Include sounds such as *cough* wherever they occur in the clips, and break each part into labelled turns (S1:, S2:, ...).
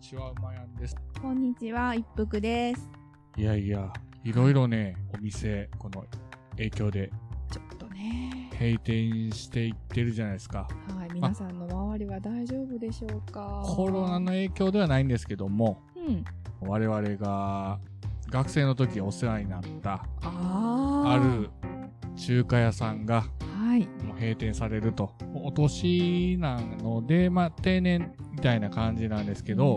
S1: ちは、まやんです。
S2: こんにちは、一服です。
S1: いやいや、いろいろね、お店、この影響で
S2: ちょっとね。
S1: 閉店していってるじゃないですか。
S2: はい、皆さんの周りは大丈夫でしょうか。
S1: コロナの。影響ではないんですけども、
S2: うん。
S1: 我々が学生の時お世話になった、あ
S2: あ
S1: る中華屋さんが
S2: ある。はい。
S1: もう閉店されると。お年なので、まあ、定年みたいな感じなんですけど、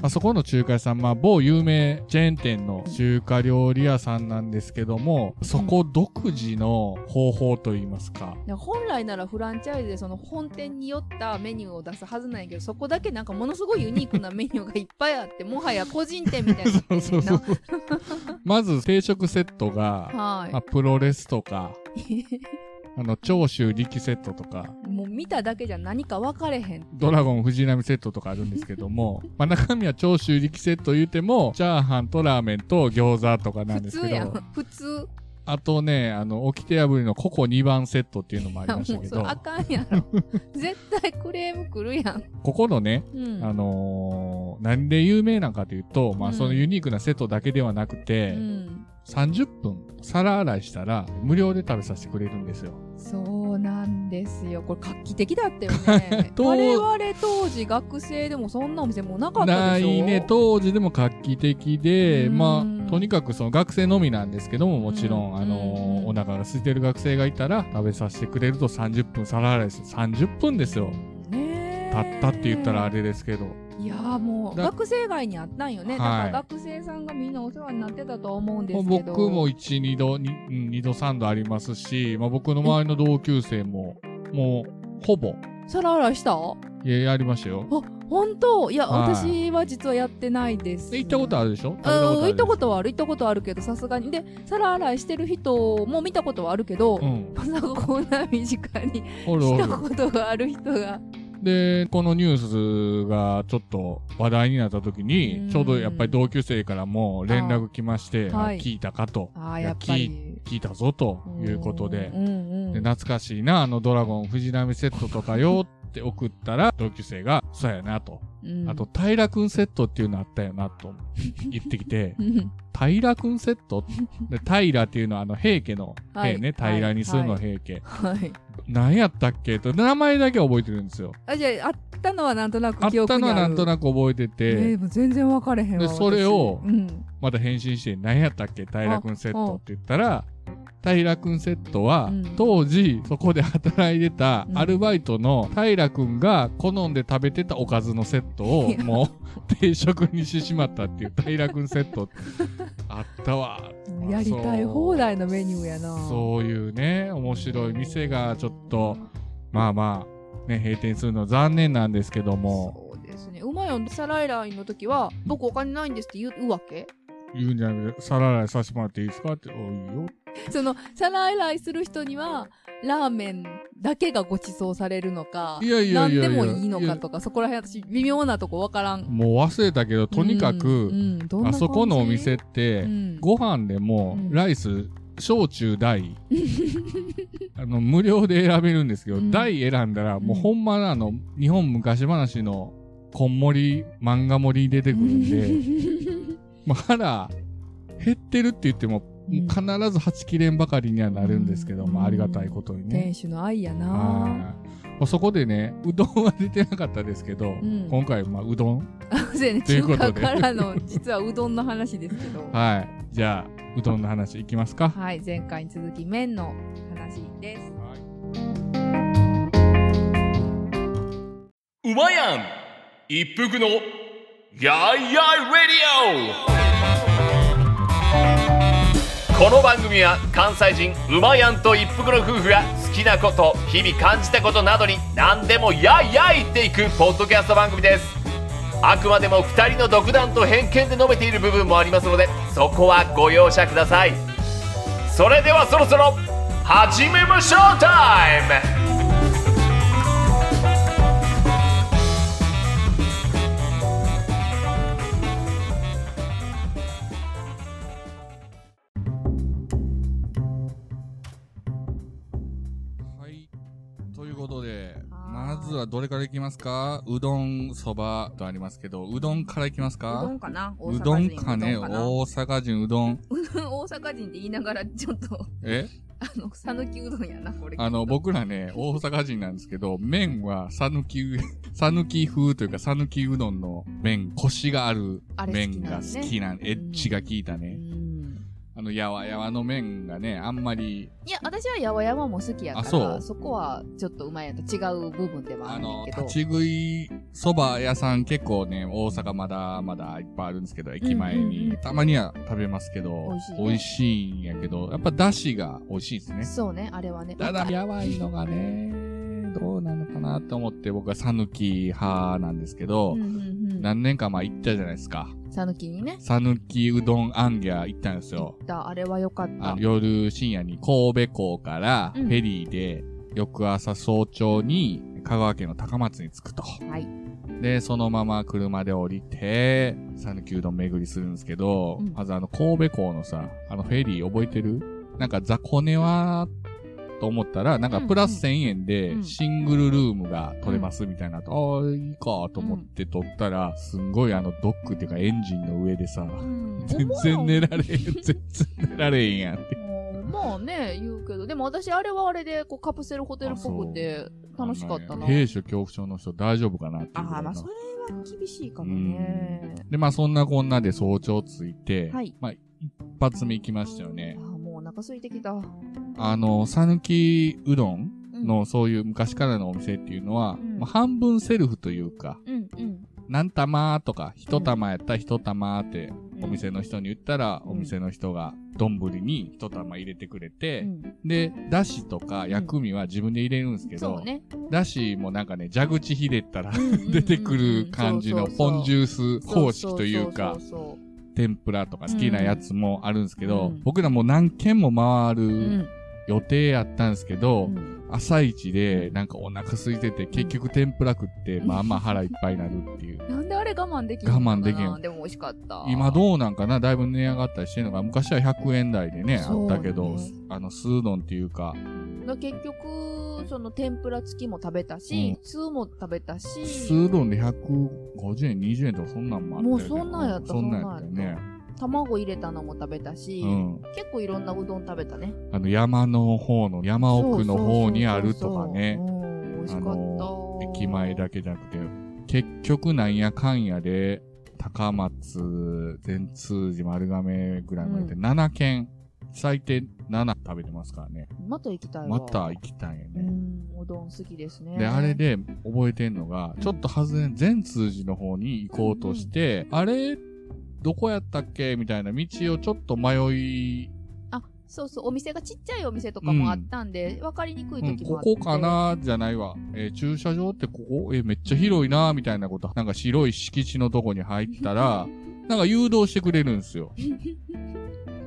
S1: まあ、そこの中華屋さん、まあ、某有名チェーン店の中華料理屋さんなんですけども、そこ独自の方法といいますか、
S2: なんか本来ならフランチャイズでその本店によったメニューを出すはずなんやけどそこだけなんかものすごいユニークなメニューがいっぱいあってもはや個人店みたいになってんねんな
S1: そうそうそうまず定食セット *laughs* が、まあ、
S2: は
S1: プロレスと
S2: *laughs*
S1: か、
S2: い
S1: あの、長州力セットとか、
S2: もう見ただけじゃ何か分かれへん
S1: ドラゴン藤波セットとかあるんですけども、
S2: *laughs*
S1: まあ中身は長州力セット言うても、チャーハンとラーメンと餃子とかなん
S2: 普
S1: です
S2: 通
S1: け
S2: やん
S1: ど、
S2: 普通
S1: あとね、あの、掟破りのココ2番セットっていうのもありました
S2: も
S1: け
S2: *laughs* うそれ
S1: ど、
S2: あかんやろ絶対クレームくるやん、
S1: ここのね、
S2: うん、
S1: あのー何で有名なんかというと、まあ
S2: うん
S1: そのユニークなセットだけではなくて、
S2: うん、
S1: 30分皿洗いしたら無料で食べさせてくれるんですよ。
S2: そうなんですよこれ画期的だったよ
S1: *laughs*
S2: ね
S1: 当
S2: 我々当時学生でもそんなお店もうなかった
S1: な
S2: でしょ
S1: いね、当時でも画期的で、
S2: うん
S1: まあ、とにかくその学生のみなんですけども、もちろん、
S2: うん
S1: あのー、
S2: うん
S1: お腹が空いてる学生がいたら、食べさせてくれると30分、皿洗いです。30分ですよ。
S2: ねえ
S1: たったって言ったらあれですけど。
S2: いやーもう
S1: だ
S2: 学生街にあったんよ
S1: は
S2: ね、
S1: い
S2: だから学生さんがみんなお世話になってたと思うんですけど
S1: 僕も1、2度、2度、3度ありますし、まあ僕の周りの同級生も、もう、ほぼ、
S2: 皿洗いしたあ
S1: いや、やりましたよ。
S2: 本当いや、
S1: はい
S2: 私は実はやってないです
S1: で行ったことあるでしょ食べた
S2: うん
S1: ことあるでしょ
S2: 行ったことはある行ったことはあるけどさすがにで皿洗いしてる人も見たことはあるけど、
S1: うん。
S2: まさかこん *laughs* な身近に
S1: おるお
S2: し
S1: る
S2: た。ことがある人が
S1: で、このニュースがちょっと話題になった時
S2: う
S1: に、
S2: ん
S1: ちょうどやっぱり同級生からも連絡来まして、
S2: あは
S1: あ
S2: い
S1: 聞いたかと、
S2: ああ
S1: いや
S2: やっぱり
S1: 聞いたぞということで
S2: う、んうん
S1: で懐かしいな、あのドラゴン藤波セットとかよって送ったら、同級生が、そうやなと。
S2: うん
S1: あと、平くんセットっていうのあったよなと
S2: *laughs*
S1: 言ってきて、平くんセットで平っていうのはあの平家の
S2: はい
S1: 平ね、平にするの
S2: は
S1: 平家。
S2: *laughs* はい
S1: 何やったっけと名前だけ覚えてるんですよ。
S2: あじゃああったのはなんとな
S1: あ
S2: く
S1: っ
S2: 記憶
S1: た
S2: に
S1: の
S2: あ
S1: はな
S2: る
S1: んと
S2: く
S1: なく覚えてて、
S2: えーもう全然分かれへんわ
S1: で
S2: 私
S1: それを
S2: うん
S1: また返信して、何やったっけ平くんセットって言ったら、平くんセットは、
S2: うん
S1: 当時そこで働いてた
S2: うん
S1: アルバイトの平くんが好んで食べてたおかずのセットを
S2: いや
S1: もう定食にしてしまったっていう平くんセッ
S2: *laughs*
S1: トあったわ。
S2: やりたい放題のメニューやな
S1: そういうね、面白い店がちょっと、まあまあ、ね、閉店するの残念なんですけども、
S2: そうですねうまいよ皿洗いの時は僕お金ないんですって言うわけ
S1: 言うんじゃなくて、皿洗いさせてもらっていいですかって、おいいよ。
S2: その皿洗いする人にはラーメンだけがご馳走されるのか
S1: いやいやいやいや
S2: 何でもいいのかとかそこら辺私微妙なとこ分からん
S1: もう忘れたけど、とにか
S2: うん
S1: く、
S2: うんどんな
S1: あ
S2: 感じ
S1: そこのお店っ
S2: う
S1: て、
S2: ん
S1: ご飯でも
S2: うん
S1: ライス、小中
S2: *laughs*
S1: 大、あの、無料で選べるんですけど、
S2: うん
S1: 大選んだら、もううんほんまのあの、日本昔話の、こんもり、漫画盛り出てくるんで、
S2: *laughs*
S1: まあ、腹減ってるって言っても、もう
S2: *laughs*
S1: 必ずはちきれんばかりにはなるんですけども、
S2: うん
S1: ありがたいことにね。
S2: 店主の愛やな
S1: はいまあそこでね、うどんは出てなかったですけど、
S2: ん
S1: 今回、まあ、うどん
S2: そうやね
S1: というこ
S2: 中
S1: とで
S2: 華からの実はうどんの話ですけ
S1: *laughs*
S2: ど
S1: はい。じゃあ、うどんの話いきますか。
S2: はい前回に続き麺の話です
S3: うまやん一服のやいやいレディオこの番組は関西人うまやんと一服の夫婦が好きなこと日々感じたことなどに何でもやいやい言っていくポッドキャスト番組ですあくまでも2人の独断と偏見で述べている部分もありますのでそこはご容赦くださいそれではそろそろ始めましょうタイム
S1: はい。ということで、まずはどれからいきますかうどん、そばとありますけど、うどんからいきます
S2: うど
S1: か
S2: んかな大阪
S1: う
S2: 人
S1: どんかね、
S2: うど
S1: 大
S2: んかな
S1: 阪人うどん。
S2: *laughs* 大阪人って言いながらちょっと *laughs*
S1: え
S2: あの讃岐うどんやなこれ
S1: あの、僕らね、大阪人なんですけど、麺は讃岐、 *laughs* 讃岐風というか讃岐うどんの麺、コシがある
S2: あれ好き
S1: 麺
S2: な
S1: が
S2: んですね
S1: 好きな、エッジが効いた
S2: う
S1: ね。
S2: ん
S1: あの、やわやわの麺がね、あんまり、
S2: いや私はやわやわも好きやか
S1: あそ
S2: ら
S1: う
S2: そこはちょっとうまいやと違う部分ではあ
S1: あ
S2: るん
S1: の、
S2: だけ
S1: 立
S2: ど
S1: ち食いそば屋さん結構ね、大阪まだまだいっぱいあるんですけど、駅前
S2: うんうんう
S1: に
S2: ん。
S1: たまには食べますけど
S2: 美味しいね、
S1: 美味しいんやけど、やっぱ出汁が美味しいですね。
S2: そうねあれはね
S1: ただ、やばいのがね、どうなのかなと思って、僕は讃岐派なんですけど
S2: うん、うんうん
S1: 何年か前行ったじゃないですか。
S2: 讃岐にね
S1: 讃岐うどんあんぎゃ行ったんですよ。
S2: だあれは良かっ
S1: あ
S2: た
S1: の夜深夜に神戸港からフ
S2: うん
S1: ェリーで、翌朝早朝に香川県の高松に着くと。
S2: はい
S1: で、そのまま車で降りて、讃岐うどん巡りするんですけど、
S2: うん
S1: まずあの神戸港のさ、あのフェリー覚えてるなんか雑魚寝は、と思ったら、なんかプラス1000円
S2: う
S1: で
S2: ん
S1: シングルルームが取れますみたいな、ああ、いいかと思って取ったら、すんごいあのドックっていうかエンジンの上でさ、
S2: うん
S1: 全然寝られへん、全然寝られへんやんって。
S2: うんまあね言うけどでも私あれはあれでこうカプセルホテルっぽくて楽しかった
S1: あ
S2: な
S1: のね兵所恐怖症の人大丈夫かなっていうぐらい
S2: ああ
S1: の
S2: まあそれは厳しいかもね
S1: で、まあそんなこんなで早朝着いて、
S2: はい
S1: まあ一発目行きましたよ
S2: あ
S1: ね
S2: あ。もうお腹空いてきた
S1: あの、讃岐うどん
S2: うん
S1: のそういう昔からのお店っていうのは、
S2: うん
S1: まあ半分セルフというか、
S2: うんうん
S1: 何玉とか、一玉やったら一玉ってお店の人に言ったら、
S2: うん
S1: お店の人が丼に一玉入れてくれて、
S2: うん
S1: で、だしとか薬味は自分で入れるんですけ
S2: そ
S1: ど、
S2: うね
S1: だしもなんかね、蛇口ひでったら出
S2: 出
S1: てくる感じのポンジュース方式というか
S2: そう、そうそうそう
S1: 天ぷらとか好きなやつもあるんですけど、
S2: うん
S1: 僕らもう何軒も回
S2: う
S1: る
S2: ん
S1: 予定やったんですけ
S2: う
S1: ど、
S2: ん
S1: 朝一でなんかお腹空いてて結局天ぷら食ってまあまあ腹いっぱいになるっていう。
S2: *laughs* なんであれ我慢できん
S1: 我慢できん
S2: でも美味しかった
S1: 今どうなんかなだいぶ値上がったりしてるのが昔は100円台でね、あ
S2: そう
S1: っ
S2: ね
S1: たけど、あの、スードンっていうか、
S2: だ結局その天ぷら付きも食べたし、
S1: う
S2: ツーも食べたし
S1: スードンで150円、20円とかそんなんもあったよね。
S2: もうそんなんやった
S1: そんなんやったよね。
S2: 卵入れたのも食べたし、
S1: うん。
S2: 結構いろんなうどん食べたね
S1: あの、山の方の、山奥の方にあるとかね
S2: そ。うそうそうそううん美味し
S1: あ
S2: かった、
S1: の、駅前だけじゃなくて、結局なんやかんやで、高松、善通寺、丸亀ぐらいまでで、
S2: う
S1: 7軒、最低7食べてますからね。
S2: また行きたいわ
S1: また行きたいよ
S2: う
S1: ね。
S2: んおどん好きですね
S1: で、あれで覚えてんのが、ちょっと外れ、善通寺の方に行こうとして、あれ、どこやったっけみたいな道をちょっと迷い、
S2: あそうそうお店がちっちゃいお店とかもあったんで、分かりにくい
S1: うん、
S2: 時も
S1: こ
S2: あって、
S1: こかなじゃないわ。えー駐車場ってここえーめっちゃ広いなみたいなこと。なんか白い敷地のとこに入った
S2: *laughs*
S1: ら、なんか誘導してくれるんですよ。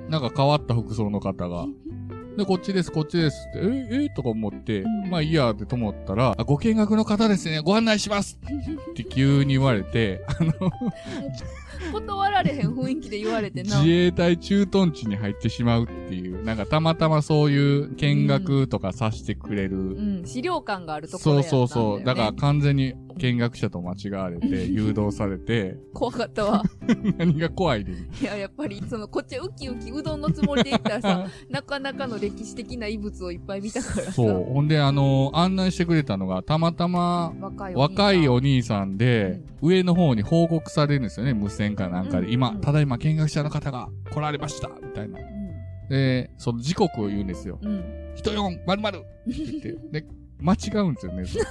S1: なんか変わった服装の方が。で、こっちです、こっちですって、えー、えーとか思って、まあいいやってと思ったら、あご見学の方ですね、ご案内しますって急に言われて、あの、
S2: 断られへん雰囲気で言われ
S1: *laughs*
S2: てな
S1: 自衛隊駐屯地に入ってしまうっていう、なんかたまたまそういう見学とかさせてくれる、
S2: うん、資料館があるところ
S1: そ
S2: や
S1: う
S2: ったんだ
S1: そう
S2: よ、
S1: そ
S2: ね、
S1: う。だから完全に見学者と間違われ
S2: *laughs*
S1: て、誘導されて、
S2: 怖かったわ
S1: 何が怖いで。
S2: いややっぱりそのこっちはウキウキうどんのつもりで行った
S1: *laughs*
S2: らさなかなかの歴史的な遺物をいっぱい見たからさ
S1: そう。ほんで、あの案内してくれたのが、たまたま、
S2: 若い
S1: 若い
S2: お兄さん
S1: お兄さんで、上の方に報告されるんですよね、無線かなんかで。
S2: うん
S1: 今
S2: う、ん
S1: ただいま見学者の方が来られました、みたいな。で、その時刻を言うんですよ。
S2: うん、うん、
S1: 人4、まるまるって言って。で、間違うんですよ
S2: *laughs*
S1: ね。それ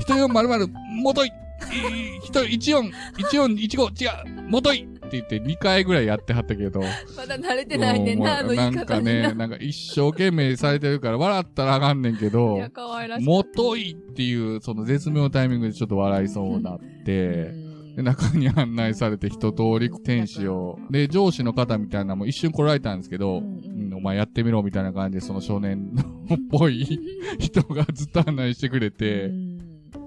S1: 人4、まるまる、もといいい人14、14、15、違う、もといって言って2回ぐらいやってはったけど。
S2: まだ慣れてないねんなあ
S1: うん
S2: の言い
S1: なん
S2: 方
S1: か
S2: にな
S1: ね、なんか一生懸命されてるから笑ったらあかんねんけ
S2: い
S1: ど、
S2: や可愛らしい
S1: もといっていう、その絶妙なタイミングでちょっと笑いそうになって、で中に案内されて一通り天使を、で、上司の方みたいなのも一瞬来られたんですけど、
S2: うんうん
S1: うんお前やってみろみたいな感じで、その少年のっぽい人がずっと案内してくれて、
S2: うん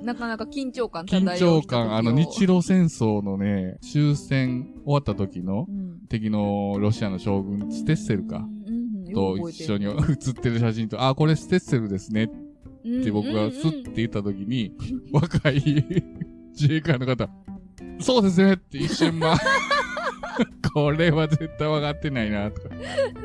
S2: なかなか緊張感
S1: 緊張感、あの日露
S2: 露、
S1: 戦争のね、終戦終わった時の
S2: うん
S1: 敵のロシアの将軍、ステッセルか。
S2: うんうんよ
S1: と
S2: く覚え
S1: 一
S2: て
S1: 緒
S2: る
S1: *laughs* に写ってる写真と、あ、これステッセルですねっって僕がスッて言った時に、 *laughs* 若い *laughs* 自衛官の方、そうですねって一瞬ま、 *laughs* これは絶対分かってないな、とか。 *laughs*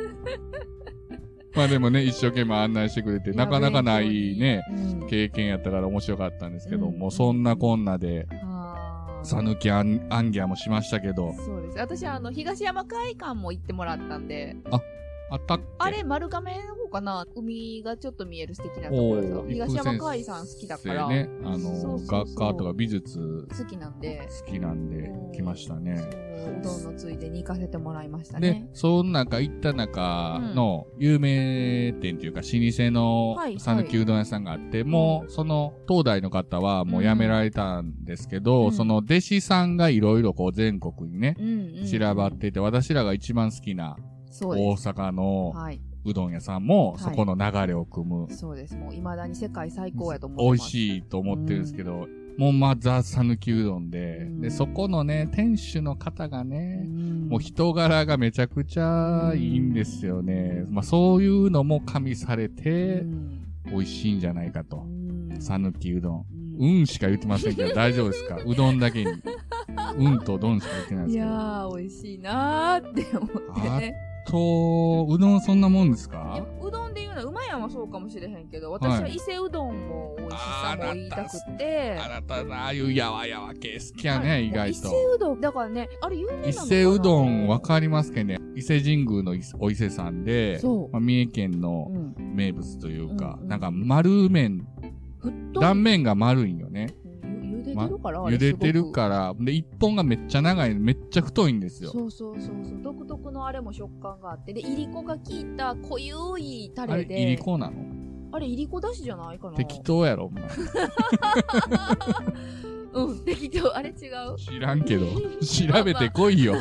S1: まあでもね、一生懸命案内してくれて、
S2: いや
S1: なかなかないね、
S2: うん
S1: 経験やったから面白かったんですけど、
S2: うん
S1: もうそんなこんなで、
S2: あー
S1: さぬきあん、あんぎゃもしましたけど、
S2: そうです私あの東山会館も行ってもらったんで
S1: あったっけ
S2: あれ丸亀の方かな海がちょっと見える素敵なところですよ
S1: おー
S2: 東山海さん好きだから、
S1: 一風先生ね、あ
S2: そ
S1: の、
S2: うそうそう
S1: 学科とか美術
S2: 好きなんで
S1: 好きなんで来ましたね。
S2: そううどんのついでに行かせてもらいました
S1: で
S2: ね、
S1: その中、行った中の有名店というか、老
S2: はい
S1: 舗の讃岐うどん屋さんがあって、もう、その、東大の方はもう辞められたんですけど、
S2: うん
S1: その弟子さんがいろいろこう全国にね、
S2: うんうん、
S1: 散らばってて、私らが一番好きな
S2: そう
S1: 大
S2: です
S1: 阪の
S2: はい、
S1: うどん屋さんも、
S2: はい
S1: そこの流れを組む、
S2: そうです。もう、未だに世界最高やと思って
S1: 美味
S2: い。
S1: しいと思ってるんですけど、もうまあ、ザ・讃岐うどんで、
S2: うん
S1: で、そこのね、店主の方がね、
S2: ん
S1: もう人柄がめちゃくちゃいいんですよね。まあそういうのも加味されて美味しいんじゃないかと。さぬきうどん。
S2: うん
S1: うんしか言ってませんけ
S2: *laughs*
S1: ど大丈夫ですかうどんだけに。うんとどんしか言ってないで
S2: い
S1: すけ
S2: や
S1: ど。あ
S2: ー、美味しいなーって思ってね。
S1: と、うどんそんなもんです
S2: いや
S1: か
S2: うどんで言うのは、うまいやんはそうかもしれへんけど、私は伊勢うどんも美味しさも言いたくて。
S1: あなたなああいうやわやわ系好きや
S2: は
S1: ね、
S2: い
S1: 意外
S2: 伊勢
S1: と。
S2: うどん、だからね、あれ有名なのかな
S1: 伊勢うどんわかりますけどね。伊勢神宮の伊勢お伊勢さんで、
S2: そう
S1: まあ、三重県の
S2: うん。
S1: 名物というか、
S2: うんうん
S1: なんか丸麺
S2: ふっと。
S1: 断面が丸いんよね。
S2: ゆ。ゆでてるから、あれ
S1: 茹でてる
S2: ら。
S1: から、で、一本がめっちゃ長い、めっちゃ太いんですよ。
S2: そうそうそうそう。独特のあれも食感があって。で、いりこが効いた濃ゆいタ
S1: あれ、
S2: レ
S1: い
S2: で。
S1: りこなの
S2: あれ、いりこだしじゃないかな。
S1: 適当やろ、お
S2: *laughs*
S1: 前
S2: うん、適当。あれ違う。
S1: 知らんけど。調べてこいよ。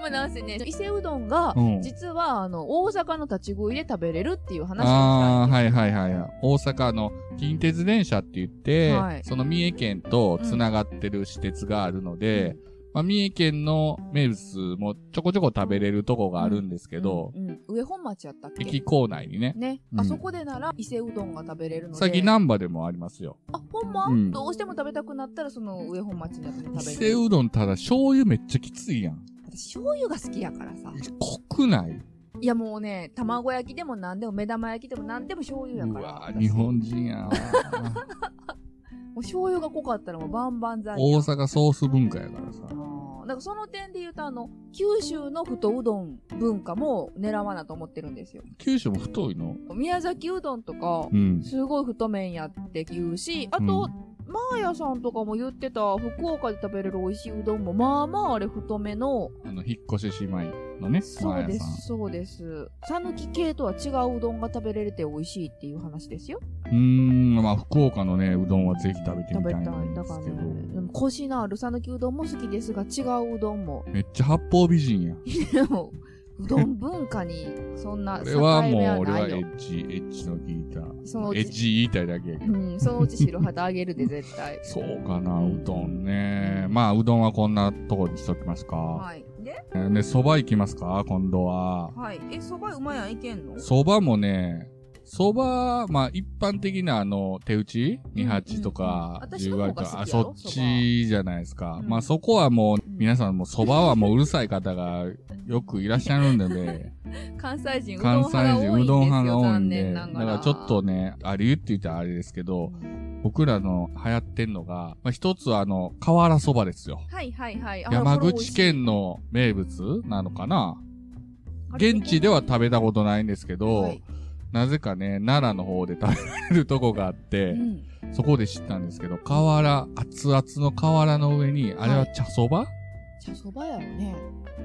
S2: まあ、なんせね、伊勢うどんが
S1: うん、
S2: 実は、あの、大阪の立ち食いで食べれるっていう話
S1: あ
S2: を
S1: あー、
S2: した
S1: はいはいはいはい。大阪の近鉄電車って言って、
S2: はい
S1: その三重県と繋がってる私鉄があるの
S2: い
S1: で、まあ、三重県の名物もちょこちょこ食べれるとこがあるんですけど、
S2: うんうん上本町やったっけ
S1: 駅構内にね。
S2: ね、
S1: うん
S2: あそこでなら伊勢うどんが食べれるので
S1: 最近難波でもありますよ。
S2: あほんま、
S1: うん
S2: どうしても食べたくなったらその上本町のやつで
S1: 伊
S2: 食べ
S1: 勢
S2: る
S1: うどんただ醤油めっちゃきついやん。
S2: 私醤油が好きやからさ
S1: 濃くない
S2: いやもうね卵焼きでも何でも目玉焼きでも何でも醤油や
S1: う
S2: から
S1: わ
S2: 私
S1: 日本人
S2: *laughs*
S1: やわ
S2: もう醤油が濃かったらもうバンバン剤
S1: 大阪ソース文化やからさ
S2: あーなんかその点で言うとあの九州の太うどん文化も狙わなと思ってるんですよ
S1: 九州も太いの
S2: 宮崎うどんとか
S1: うん
S2: すごい太麺やって言うしあと、
S1: うん
S2: マーヤさんとかも言ってた福岡で食べれる美味しいうどんもまあまああれ太めの
S1: あの引っ越し姉妹のね
S2: そ
S1: マ
S2: う
S1: ーヤ
S2: で
S1: さん
S2: すそうです讃岐系とは違ううどんが食べれるて美味しいっていう話ですよ
S1: うーんまあ福岡のねうどんはぜひ食べてみ
S2: 食
S1: た
S2: べ
S1: い
S2: たい
S1: んで
S2: だから
S1: すけ
S2: ね
S1: ど、
S2: でもコシのある讃岐うどんも好きですが違ううどんも *laughs*
S1: めっちゃ八方美人や
S2: でもうどん文化にそんな
S1: こ
S2: 境
S1: れ
S2: 目
S1: はもう
S2: は
S1: 俺
S2: な
S1: はエ
S2: いよ
S1: ッジエッジのギーター
S2: そのう
S1: エッ
S2: ち
S1: ジ言いたいだけやけど、
S2: うんそのうち白旗あげ
S1: *laughs*
S2: るで絶対
S1: そうかなうどんねまあうどんはこんなとこにしときますか、
S2: はいで
S1: ねそば行きますか今度は
S2: はいえそばうまいやんいけんの
S1: そばもね、そば、まあ一般的なあの、手打ち
S2: うんうん
S1: ?2 八とか、10
S2: 私の方
S1: 割と
S2: が好き
S1: か、
S2: や
S1: あ、
S2: ろ
S1: そっちじゃないですか。
S2: うん
S1: まあそこはもう、皆さんもうそばはもううるさい方がよくいらっしゃるんでね、
S2: 関西 *laughs* 人うど
S1: 関
S2: ん
S1: 西
S2: 派が多
S1: 人
S2: いんですよ
S1: うどん派が多いん
S2: 残
S1: で、
S2: 念
S1: だ
S2: な
S1: か
S2: がら
S1: らちょっとね、ありゆって言ったらあれですけど、僕らの流行ってんのが、まあ一つはあの、瓦そばですよ。
S2: はいはいはいあ
S1: 山
S2: これ美味し
S1: 口
S2: い
S1: 県の名物なのかな
S2: あれ
S1: 現地では食べたことないんですけど、
S2: はい
S1: なぜかね、奈良の方で食べられるとこがあって、
S2: うん
S1: そこで知ったんですけど、瓦、熱々の瓦の上に、あれは茶そば、
S2: 茶そばやろね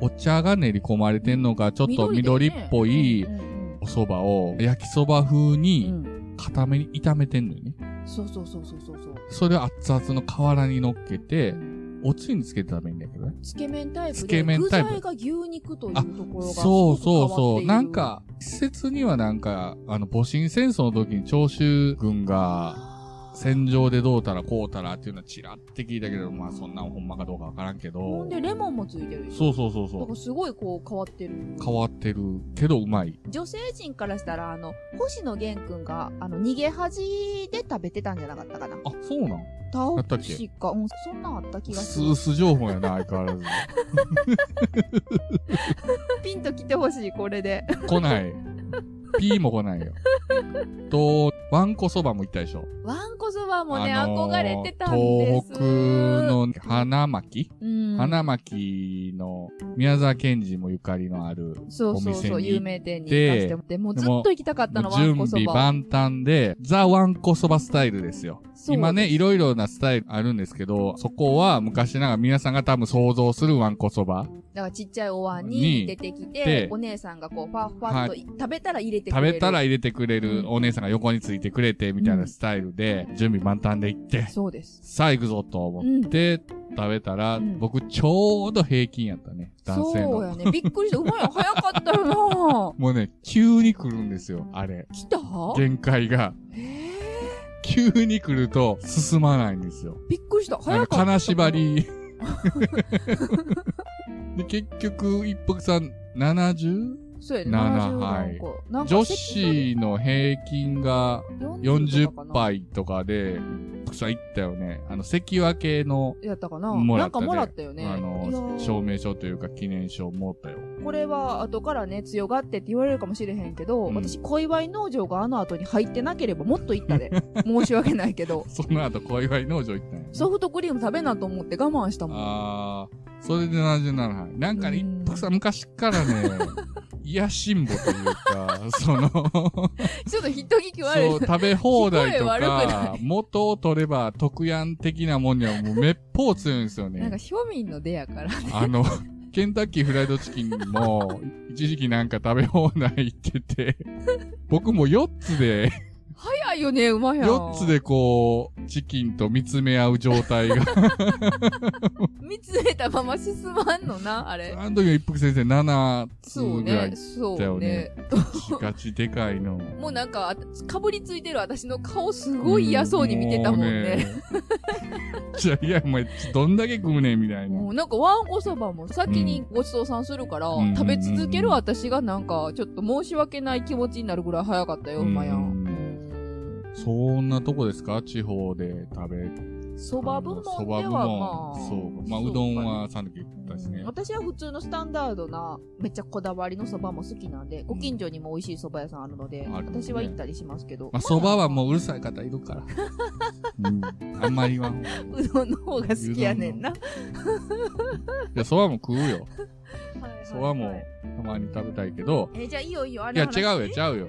S1: お茶が練り込まれてんのが、ちょっと緑
S2: 緑
S1: っ
S2: でね
S1: ぽい
S2: うんうん
S1: お蕎麦を、焼きそば風
S2: う
S1: に、
S2: ん
S1: 固めに炒めてんのよね。
S2: そうそうそうそうそうそう
S1: それを熱々の瓦に乗っけて
S2: う、ん
S1: おつゆにつけて食べるんだけどね。
S2: つけ麺タイプ
S1: つ
S2: で
S1: け麺
S2: 具
S1: タイプ
S2: 材が牛肉というところ
S1: そ
S2: が
S1: うそうそう。
S2: すごく変わっている
S1: なんか、施設にはなんか、あの、戊辰戦争の時に長州軍が、
S2: あー
S1: 戦場でどうたらこうたらっていうのはちらって聞いたけれど、まあそんなんほんまかどうかわからんけ
S2: ほ
S1: ど
S2: ん。でレモンもついてるでしょ
S1: そうそうそうそ
S2: だか
S1: う。
S2: らすごいこう変わってる
S1: 変わってるけどうまい。
S2: 女性陣からしたらあの星野源くんがあの逃げ恥で食べてたんじゃなかったかな
S1: あ、そうなん
S2: 倒
S1: ったっけ
S2: しかうんそんなんあった気がす
S1: ス
S2: る
S1: ース情報やな、相変わらず。 *laughs*
S2: ピンと来てほしいこ
S1: *laughs*
S2: れで
S1: 来ない。ピーも来ないよ。と、わんこそばも行ったでしょ。
S2: わんこそばもね、
S1: あのー
S2: 憧れてたんです
S1: 東北の花巻、
S2: うん
S1: 花巻の宮沢賢治もゆかりのある、
S2: そうそうそ
S1: お店
S2: う
S1: に
S2: 有名店に行かせてもらってもうずっと行きたかったのわん
S1: 準
S2: こそ
S1: 備
S2: ば
S1: 万端で、ザ・ワンコそばスタイルですよ。
S2: そう
S1: 今ね、いろいろなスタイルあるんですけど、そこは昔ながら皆さんが多分想像するワンコそば。
S2: だからちっちゃいお椀
S1: に
S2: に出てきて
S1: で
S2: お姉さんがこうファーファーとい食べたら入れてく
S1: 食
S2: れる
S1: べたら入れてくれ
S2: うん
S1: るお姉さんが横についてくれてみたいなスタイルで、準備万端で行って、
S2: そうです
S1: さあ行くぞと思って食べたら、
S2: うん
S1: 僕ちょうど平均やったね、男性
S2: そう
S1: の。
S2: やねびっくりしたうまいの早かった
S1: *laughs*
S2: よ
S1: もうね、急に来るんですよ、あれ。
S2: な来た
S1: 限界が。
S2: えー
S1: 急に来ると進まないんですよ。
S2: びっくりした
S1: な
S2: 早
S1: んか
S2: かった
S1: 金縛り。 *laughs* で、結局、一服さん 70?
S2: そうやね。
S1: 七
S2: 70
S1: はい
S2: なんかなんか
S1: 女子の平均が40
S2: 杯
S1: 杯とかで、一服さん行ったよね。あの、関脇の、
S2: やったかな
S1: もら
S2: な
S1: ったで
S2: んかもらったよね。
S1: あ
S2: いや
S1: の、
S2: ー
S1: 証明書というか記念書持ったよ。
S2: これは後からね、強がってって言われるかもしれへんけど、
S1: うん
S2: 私、小祝農場があの後に入ってなければもっと行った
S1: *laughs*
S2: で。申し訳ないけど。
S1: その後、小祝農場行ったんやね。
S2: ソフトクリーム食べなと思って我慢したもん。
S1: あー、それで77杯。なんかね、
S2: う
S1: 一
S2: ん
S1: 服さん昔からね、
S2: *laughs*
S1: 癒しんぼというか、その、
S2: ちょっと人聞き悪い
S1: そ。う、食べ放題と
S2: 聞こえ悪くな
S1: か、元を取れば特やん的なもんにはもうめっぽう強いんですよ
S2: なんか
S1: ね。
S2: 庶民の出やから。
S1: *laughs* あの、ケンタッキーフライドチキンも、一時期なんか食べ放題行ってて、僕も4つで、
S2: 早いよね、うまいやん。
S1: 4つ。でこう、チキンと見つめ合う状態
S2: *laughs*
S1: が、
S2: 見つめたまま進まんのな、あれ。
S1: あの時の一服先生7つ
S2: そう
S1: ぐらい
S2: ね。、そ
S1: だよ
S2: うね
S1: ね。ガチでかいの。
S2: もうなんか、あかぶりついてる私の顔すごい嫌そうに見てたもんね。
S1: うね。じゃあ、いや、お前、どんだけ食うねん、みたいな。
S2: もうなんかワンおそばも先にごちそうさんするから、
S1: うん
S2: 食べ続ける私がなんかちょっと申し訳ない気持ちになるぐらい早かったよ、うまやん。
S1: そんなとこですか地方で食べ。
S2: そば部門ではまあ。
S1: そう。まあ、うどんはさぬき
S2: うん
S1: だしね。
S2: 私は普通のスタンダードなめっちゃこだわりのそばも好きなんで、ご近所にも美味しいそば屋さんあるので、
S1: あるね
S2: 私は行ったりしますけど、
S1: まあ、そばはもううるさい方いるから。うん。あんまり言わん。いう
S2: うどんの方が好きやねんな
S1: や、そばも食うよ。
S2: はいはいはい
S1: そばもたまに食べたいけど。
S2: えじゃあいいよいいよあ
S1: い
S2: れ
S1: や、
S2: の話
S1: 違うよ、違うよ。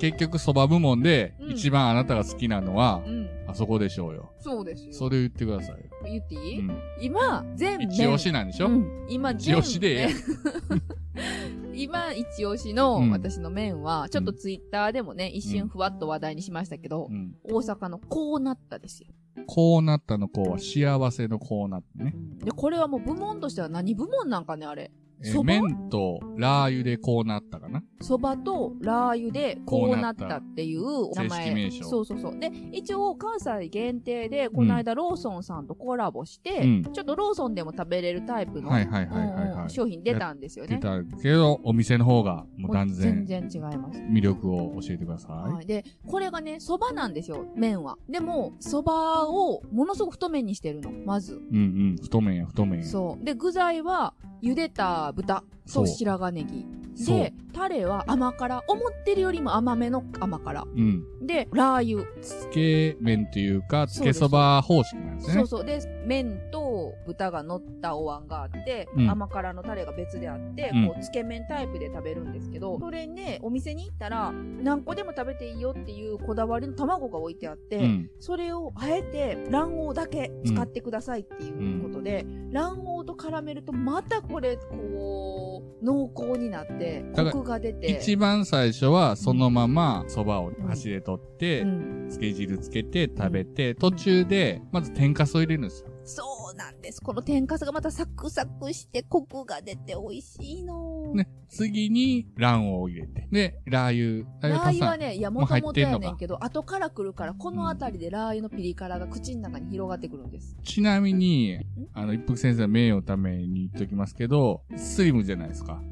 S1: 結局、そば部門で
S2: うん
S1: 一番あなたが好きなのは
S2: う、ん
S1: あそこでしょうよ。
S2: そうですよ
S1: それ言ってくださいよ。
S2: 言っていい、
S1: うん。
S2: 今全面
S1: 一押しなんでしょ、
S2: うん今
S1: 一押しでええやん
S2: 全面 *laughs* 今一押しの
S1: うん
S2: 私の麺は、ちょっとツイッターでもね、一瞬ふわっと話題にしましたけど
S1: う、ん
S2: 大阪のこうなったですよ。
S1: こうなったのこうは幸せのこうなったね。
S2: で、これはもう部門としては何部門なんかね、あれ。
S1: え
S2: そば
S1: 麺とラー油でこうなったかな。
S2: そばとラー油でこうなったっていう名前。
S1: 正式名称
S2: そうそうそう。で、一応関西限定で、この間ローソンさんとコラボして、
S1: うん
S2: ちょっとローソンでも食べれるタイプの、
S1: はいはいはいはい
S2: うんう
S1: は
S2: ん
S1: い。
S2: 商品出たんですよ
S1: 出
S2: ね。
S1: たけど、お店の方がも
S2: も
S1: う
S2: う
S1: 断然
S2: 全然違います。
S1: 魅力を教えてくださ
S2: はい、で、これがね、蕎麦なんですよ、麺は。でも、蕎麦をものすごく太麺にしてるの、まず。
S1: い。うんうん。太麺や太麺や。
S2: そう。で、具材は、茹でた豚
S1: そ
S2: と
S1: う
S2: 白髪ネギ。
S1: そう
S2: で、タレは甘辛。思ってるよりも甘めの甘辛。
S1: うん。
S2: で、ラー油。
S1: つけ麺というか、つ
S2: そうで
S1: け
S2: す
S1: そば方式なんですね。
S2: そうそう。で、麺と豚が乗ったお椀があって、
S1: うん
S2: 甘辛のタレが別であって、
S1: うん
S2: こう、つけ麺タイプで食べるんですけど、それね、お店に行ったら、何個でも食べていいよっていうこだわりの卵が置いてあって、
S1: うん。
S2: それをあえて卵黄だけ使ってくださいっていうことで、卵黄と絡めるとまたこれこう濃厚になって
S1: だから
S2: コクが出て
S1: 一番最初はそのままそばを
S2: ん
S1: 箸で取って、
S2: うん
S1: つけ汁つけて食べて、途中でまず天かすを入れるんですよ。
S2: そうなんですこの天かすがまたサクサクしてコクが出て美味しいの
S1: ね、次に卵黄を入れて。で、ラー油。
S2: ラー油は
S1: ね、
S2: ね、いや、
S1: もう
S2: も
S1: 入
S2: と
S1: っ
S2: もと
S1: てんのか
S2: やねんけど、後から来るから、この辺りでラー油のピリ辛が口の中に広がってくるんです。
S1: ちなみに、あの、一服先生の名誉のために言っておきますけど、スリムじゃないですか。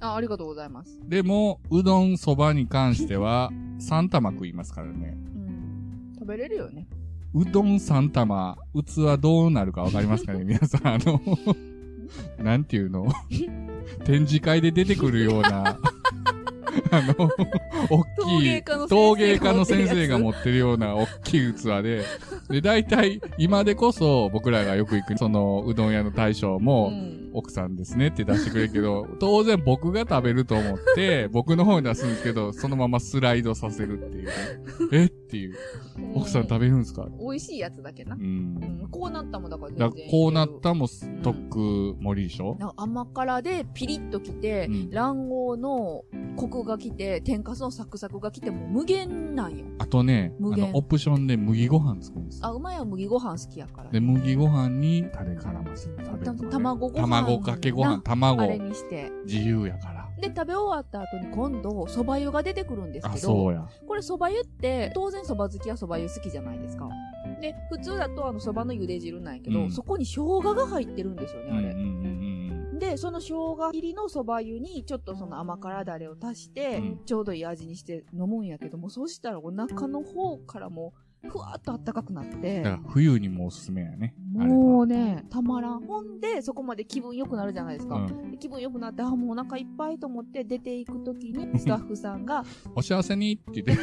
S2: あ、ありがとうございます。
S1: でも、うどん、そばに関しては、3玉食いますからね。
S2: うん。食べれるよね。
S1: うどん3玉、器どうなるかわかりますかね皆さん、あの、なんていうの展示会で出てくるような、あの、大
S2: 陶
S1: き
S2: 芸
S1: い陶芸
S2: 家の、先生が
S1: 家の先生が持ってるような大きい器で、で、大体、今でこそ僕らがよく行く、その、うどん屋の大将も、
S2: ん。
S1: 奥さんですねって出してくれるけ
S2: *laughs*
S1: ど、当然僕が食べると思って、僕の方に出すんですけど、そのままスライドさせるって
S2: *laughs*
S1: いう。えっていう。奥さん食べるんですか
S2: べ美味しいやつだけな
S1: う。。
S2: うんん。こうなったもんだから
S1: だからこうなったもス
S2: ん
S1: トック盛りでしょ、
S2: なんか甘辛でピリッときて、
S1: うん
S2: 卵黄のコクがきて、天かすのサクサクがきて、もう無限なんよ。
S1: あとね、あ
S2: 無限
S1: の、オプションで麦ご飯作るんですよ。
S2: あ、うまいは麦ご飯好きやから。
S1: で、麦ご飯にタレ絡ませて食べるとか、ね。
S2: 卵ご飯
S1: 卵かけご飯。
S2: な
S1: 卵
S2: あれ、にして。
S1: 自由やから。
S2: で、食べ終わった後に今度、蕎麦湯が出てくるんです
S1: あ、
S2: け
S1: そ
S2: ど、
S1: うや。
S2: これ蕎麦湯って、当然蕎麦好きは蕎麦湯好きじゃないですか。で、普通だとあの蕎麦の茹で汁なんやけど、
S1: うん
S2: そこに生姜が入ってるんですよね、
S1: うん
S2: あ
S1: うん
S2: れ。
S1: うん
S2: で、その生姜入りの蕎麦湯に、ちょっとその甘辛だれを足して、
S1: うん
S2: ちょうどいい味にして飲むんやけども、そうしたらお腹の方からもう、ふわっとあったかくなっ
S1: うん。だ
S2: て
S1: か、ら冬にもおすすめやね。あれは
S2: もうね、たまらん。ほんで、そこまで気分良くなるじゃないですか。
S1: うん
S2: で気分良くなって、あ、もうお腹いっぱいと思って出ていくときに、スタッフさんが、
S1: お幸せにって言って、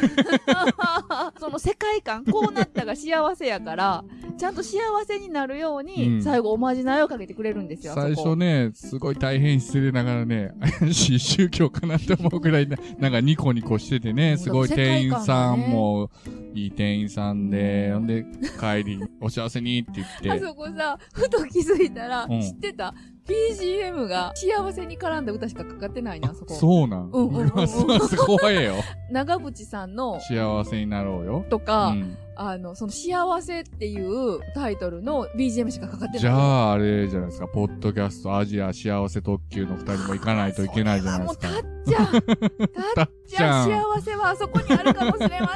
S2: その世界観、こうなったが幸せやから、ちゃんと幸せになるように、
S1: うん
S2: 最後おまじないをかけてくれるんですよ。あそこ
S1: 最初ね、すごい大変失礼ながらね、 *laughs* 怪しい宗教かなって思うくらいな、なんかニコニコしててね、すごい店員さんも、いい店員さんで、
S2: う
S1: ほん
S2: ん
S1: で、帰り、お幸せにって言
S2: あ
S1: って、
S2: そこさ、ふと気づいたら、
S1: うん
S2: 知ってた ?BGM が幸せに絡んだ歌しかかかってないな、そこ。
S1: そうなん。
S2: うんうんうんうん
S1: ますます怖えよ。
S2: 長渕さんの、
S1: 幸せになろうよ。
S2: とか、
S1: うん
S2: あの、その幸せっていうタイトルの BGM しかかかってない。
S1: じゃあ、あれじゃないですか、ポッドキャストアジア幸せ特急の二人も行かないといけないじゃないですか
S2: そ。れはもう、
S1: *laughs*
S2: たっちゃん。たっちゃん、
S1: たっちゃ
S2: 幸せはあそこにあるかもしれま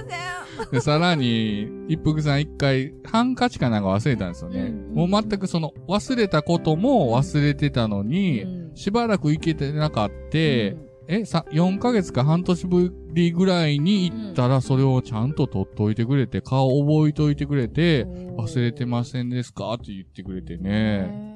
S2: せん。
S1: で、さらに、一服さん一回、ハンカチかなんか忘れたんですよね。
S2: うん
S1: もう全くその、忘れたことも忘れてたの *laughs* に、
S2: うん
S1: しばらく行けてなかった、え、さ、4ヶ月か半年ぶりぐらいに行ったら、それをちゃんと取っといてくれて、顔覚えといてくれて、忘れてませんですかって言ってくれてね。
S2: ね。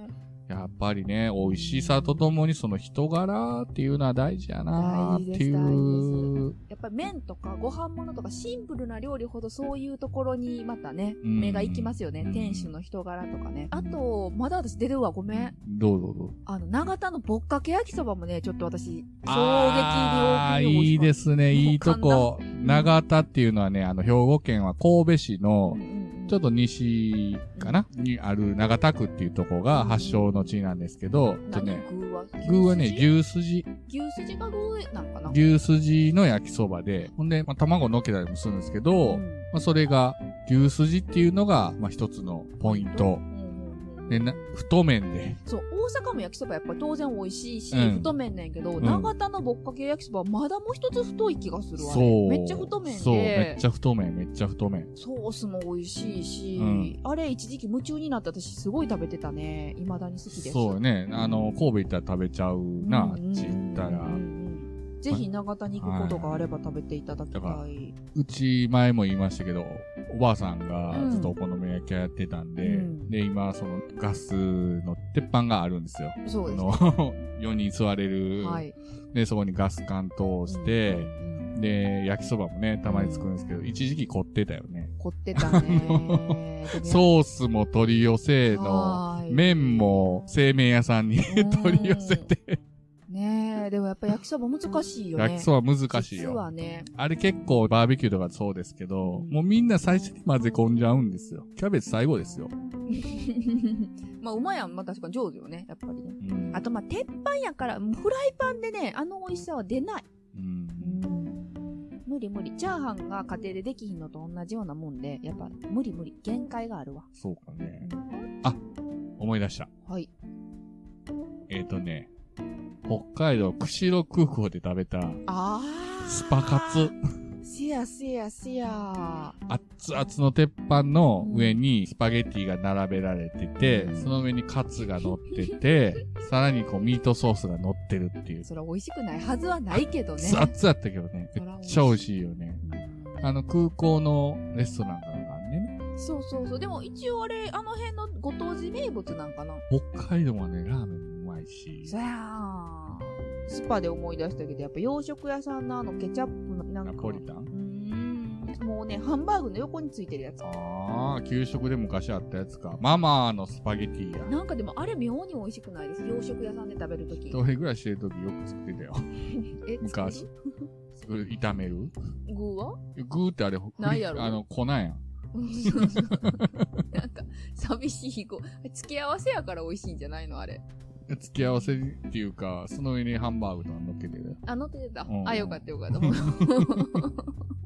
S1: やっぱりね、美味しさとともにその人柄っていうのは大事やなーってい
S2: 大
S1: う
S2: 事。やっぱり麺とかご飯物とかシンプルな料理ほどそういうところにまたね、
S1: うん
S2: 目が行きますよね
S1: う。ん
S2: 店主の人柄とかね。あと、まだ私出るわ、ごめん。
S1: どうぞどうぞ。
S2: あの、長田のぼっかけ焼きそばもね、ちょっと私、衝撃に
S1: あ
S2: 大
S1: ー
S2: きいの。
S1: いいですすね、いいとこ。長田っていうのはね、あの、兵庫県は神戸市の
S2: う、ん
S1: ちょっと西かなにある長田区っていうとこが発祥の地なんですけど、えっと
S2: 何
S1: ね、
S2: 具は
S1: 具はね、牛すじ、
S2: 牛すじが具なんかな
S1: 牛すじの焼きそばで、ほんで、まあ、卵乗っけたりもするんですけど、ま
S2: うん
S1: あ、それが、牛すじっていうのが、まあ、一つのポイント
S2: う。んうんうん
S1: で、な、太麺で、
S2: そう、大阪も焼きそばやっぱり当然美味しいし、
S1: うん
S2: 太麺なんやけど、
S1: ん
S2: 長田のぼっかけ焼きそばはまだもう一つ太い気がするわ、
S1: そう。
S2: めっちゃ太麺で、
S1: そう、めっちゃ太麺、めっちゃ太麺。
S2: ソースも美味しいし、
S1: うん
S2: あれ一時期夢中になって私すごい食べてたね。未だに好きです。
S1: そうよね。あの、神戸行ったら食べちゃうな、あ
S2: うんうんうん
S1: っち行ったら
S2: う。んうんぜひ長田に行くことがあれば食べていただきたい。
S1: はうち前も言いましたけど、おばあさんがずっとお好み焼き屋やってたんで、
S2: うん
S1: で、今、そのガスの鉄板があるんですよ。
S2: そう
S1: あ
S2: です
S1: の、 *laughs*
S2: ね。
S1: 4人座れる。
S2: はい。
S1: で、そこにガス管通して、
S2: うん
S1: で、焼きそばもね、たまに作るんですけど、一時期凝ってたよね。
S2: 凝ってた
S1: *laughs*
S2: ね。
S1: ソースも取り寄せの、
S2: はーい
S1: 麺も製麺屋さんに *laughs* 取り寄せて、
S2: ねえ、でもやっぱ焼きそば難しいよね。
S1: 焼きそば難しい
S2: 実
S1: よ。
S2: はね。 *laughs*
S1: あれ結構バーベキューとかそうですけど、
S2: うん
S1: もうみんな最初に混ぜ込んじゃうんですよ。キャベツ最後ですよ。
S2: まあ、うまやん。まあ、確かに上手よね。やっぱりね。
S1: うん
S2: あと、まあ、鉄板やから、もうフライパンでね、あの美味しさは出ない。
S1: うん
S2: 無理無理。チャーハンが家庭でできひんのと同じようなもんで、やっぱ、無理無理。限界があるわ。
S1: そうかね。あ、思い出した。
S2: はい。
S1: えっ、とね、北海道釧路空港で食べた
S2: ああ。
S1: スパカツ。
S2: ツ。せやせやせや。
S1: 熱々の鉄板の上にスパゲティが並べられてて、その上にカツが乗ってて、さらにこうミートソースが乗ってるっていう。
S2: それ美味しくないはずはないけどね
S1: 熱。々だったけどね。
S2: そ
S1: め
S2: ら
S1: っちゃ美味しいよね。あの空港のレストランかなんかあんねんね。
S2: そうそうそう。でも一応あれ、あの辺のご当地名物なんかな。
S1: 北海道はね、ラーメンもうまいし。
S2: そやースパで思い出したけど、やっぱ洋食屋さんのあのケチャップのなんか。
S1: ナポリタン
S2: うーん。もうね、ハンバーグの横についてるやつ。
S1: ああ、給食で昔あったやつか。ママのスパゲティや。
S2: なんかでもあれ妙に美味しくないです。洋食屋さんで食べると
S1: 一
S2: き。
S1: 人暮らししてる時よく作ってたよ。 *laughs*
S2: え
S1: 昔
S2: 作
S1: う炒める
S2: る具は
S1: *laughs* グーってあれ、ほ
S2: ないやろ
S1: あの、粉やん。
S2: そうそうなんか、寂しい語。付け合わせやから美味しいんじゃないのあれ。
S1: 付き合わせっていうか、その上にハンバーグとか乗っけてる。
S2: あ、乗ってた
S1: う。ん
S2: あ、よかったよ
S1: *laughs*
S2: かっ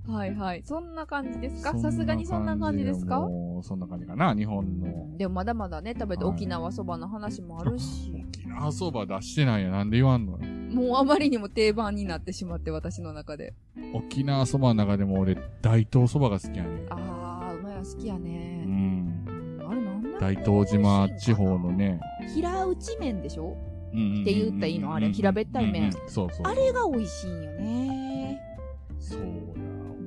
S2: た。はいはい。そんな感じですかさすがにそんな感じですか
S1: もう、そんな感じかな、日本
S2: うん
S1: の。
S2: でもまだまだね、食べて
S1: はい
S2: 沖縄そばの話もあるし、
S1: 沖縄そば出してないや、なんで言わんの
S2: もうあまりにも定番になってしまって、私の中で。
S1: 沖縄そばの中でも俺、大東そばが好きやねん。
S2: あー、うまいわ好きや
S1: う
S2: ね。
S1: ん。
S2: あれなんだ
S1: 大東島地方の。ね。
S2: 平打ち麺でし
S1: うんう
S2: ょ
S1: んうんうん
S2: って言ったらいいのあれ平べったい麺
S1: うんうんそうそう。
S2: あれが美味しいんよね。
S1: そうや、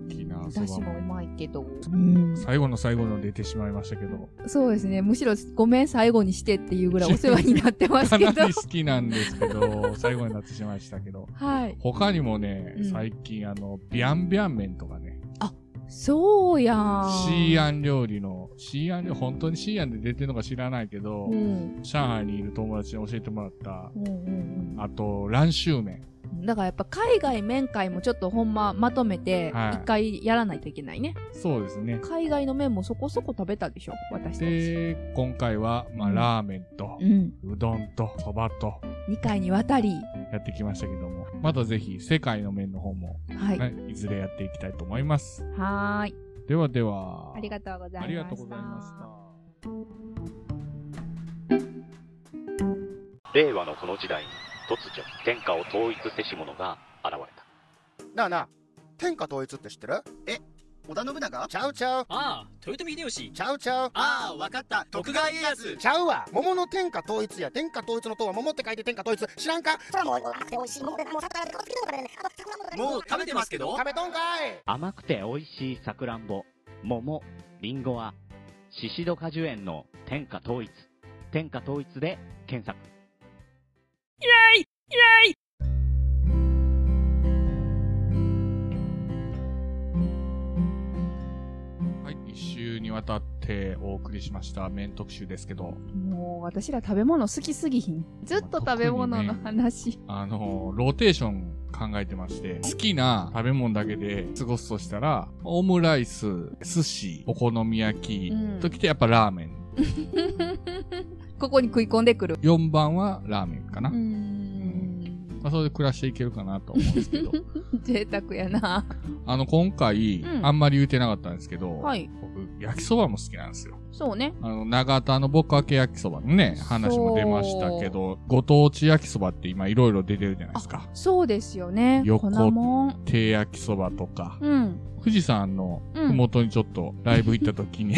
S1: 沖縄そ
S2: だし
S1: ば
S2: もう
S1: も。
S2: まいけど。うん
S1: 最後の最後の出てしまいましたけど、
S2: そうですね。むしろごめん最後にしてっていうぐらいお世話になってます
S1: か
S2: け
S1: な
S2: ど。
S1: *laughs* り好きなんですけど、
S2: *laughs*
S1: 最後になってしまいましたけど、
S2: はい。
S1: 他にもね
S2: う、ん
S1: 最近あの、ビャンビャン麺とかね、
S2: そうやん。
S1: シーアン料理の、シーアン料理、本当にシーアンで出てるのか知らないけど、
S2: うん。
S1: 上海にいる友達に教えてもらった、
S2: うんうん
S1: あと、蘭州麺。
S2: うん。だからやっぱ海外面会もちょっとほんままとめて
S1: はい
S2: 一回やらないといけないね。
S1: そうですね。
S2: 海外の麺もそこそこ食べたでしょ私たち。
S1: で、今回は、まあ、
S2: うん
S1: ラーメンと
S2: う、ん。
S1: うどんと、そばと、
S2: 2回にわたり。
S1: やってきましたけども、またぜひ、世界の面の方も、
S2: はい。は
S1: ねいずれやっていきたいと思います。
S2: ーい。
S1: ではでは、
S2: ありがとうございました。
S1: ありがとうございました。
S4: 令和のこの時代に突如天下を統一せし者が現れた
S5: なあなあ天下統一って知ってるえ織田信長ちゃうちゃう
S6: ああ、豊臣秀吉。
S5: ちゃうちゃう
S6: ああ、わかった。徳川家康。
S5: ちゃうわ桃の天下統一や天下統一の塔は桃って書いて天下統一知らんか
S7: それはもうあって美味しいもんでもう魚でこつけとかでねあの魚も
S6: もう食べてますけど
S5: 食。べとんかい
S8: 甘くて美味しいさくらんぼ、桃、りんごは、シシド果樹園の天下統一。天下統一で検索。
S1: はい、一週にわたってお送りしました面特集ですけど、
S2: もう私ら食べ物好きすぎひん。ずっと食べ物の話。
S1: あの、ローテーション考えてまして、好きな食べ物だけで過ごすとしたら、オムライス、寿司、お好み焼き、
S2: うん
S1: ときてやっぱラーメン。
S2: ここに食い込んでくる。
S1: 4番はラーメンかな。
S2: うーん。
S1: まあ、それで暮らしていけるかなと思うんですけ
S2: *laughs*
S1: ど。
S2: 贅沢やな。
S1: あの、今回、
S2: うん
S1: あんまり言うてなかったんですけど、
S2: はい。
S1: 僕、焼きそばも好きなんですよ。
S2: そうね。
S1: あの、長田のぼっかけ焼きそばのね、話も出ましたけど、ご当地焼きそばって今いろいろ出てるじゃないですか。
S2: そうですよね。
S1: 横
S2: 粉もん。
S1: 手焼きそばとか、
S2: うん。
S1: 富士山の
S2: うん
S1: ふもとにちょっとライブ行った時
S2: *laughs*
S1: に、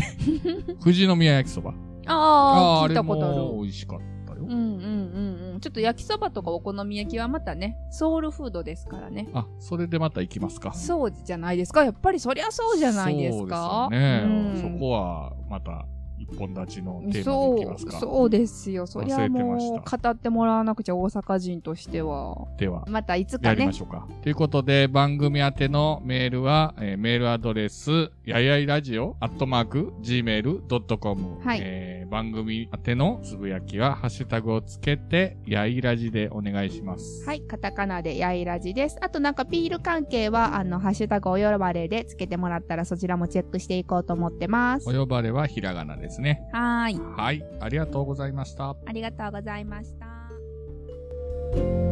S1: 富士宮焼きそば。
S2: ああ、
S1: ー
S2: 聞いたことあ
S1: あれも
S2: る。
S1: 美味しかったよ。
S2: うんうんうんうん。ちょっと焼きそばとかお好み焼きはまたね、ソウルフードですからね。
S1: あ、それでまた行きますか。
S2: そうじゃないですか。やっぱりそりゃそうじゃないですか。
S1: そうですよね。
S2: うん
S1: そこはまた一本立ちのテーマで行きますか。
S2: そう、そうですよ。そりゃ
S1: 忘れ
S2: も
S1: てま
S2: う、語ってもらわなくちゃ、大阪人としては。
S1: では。
S2: またいつ
S1: や
S2: か
S1: り
S2: ね
S1: ま。しょうか。ということで、番組宛てのメールは、えーメールアドレス、ややいラジオ、アットマーク、gmail.com。
S2: はい
S1: えー番組宛てのつぶやきは、ハッシュタグをつけて、やいラジでお願いします。
S2: はい、カタカナでやいらじです。あとなんかビール関係は、あの、ハッシュタグおよろばれでつけてもらったらそちらもチェックしていこうと思ってます。
S1: お
S2: は
S1: 呼ばれはひらがなですね。
S2: ーい、
S1: はい、ありがとうございました。
S2: ありがとうございました。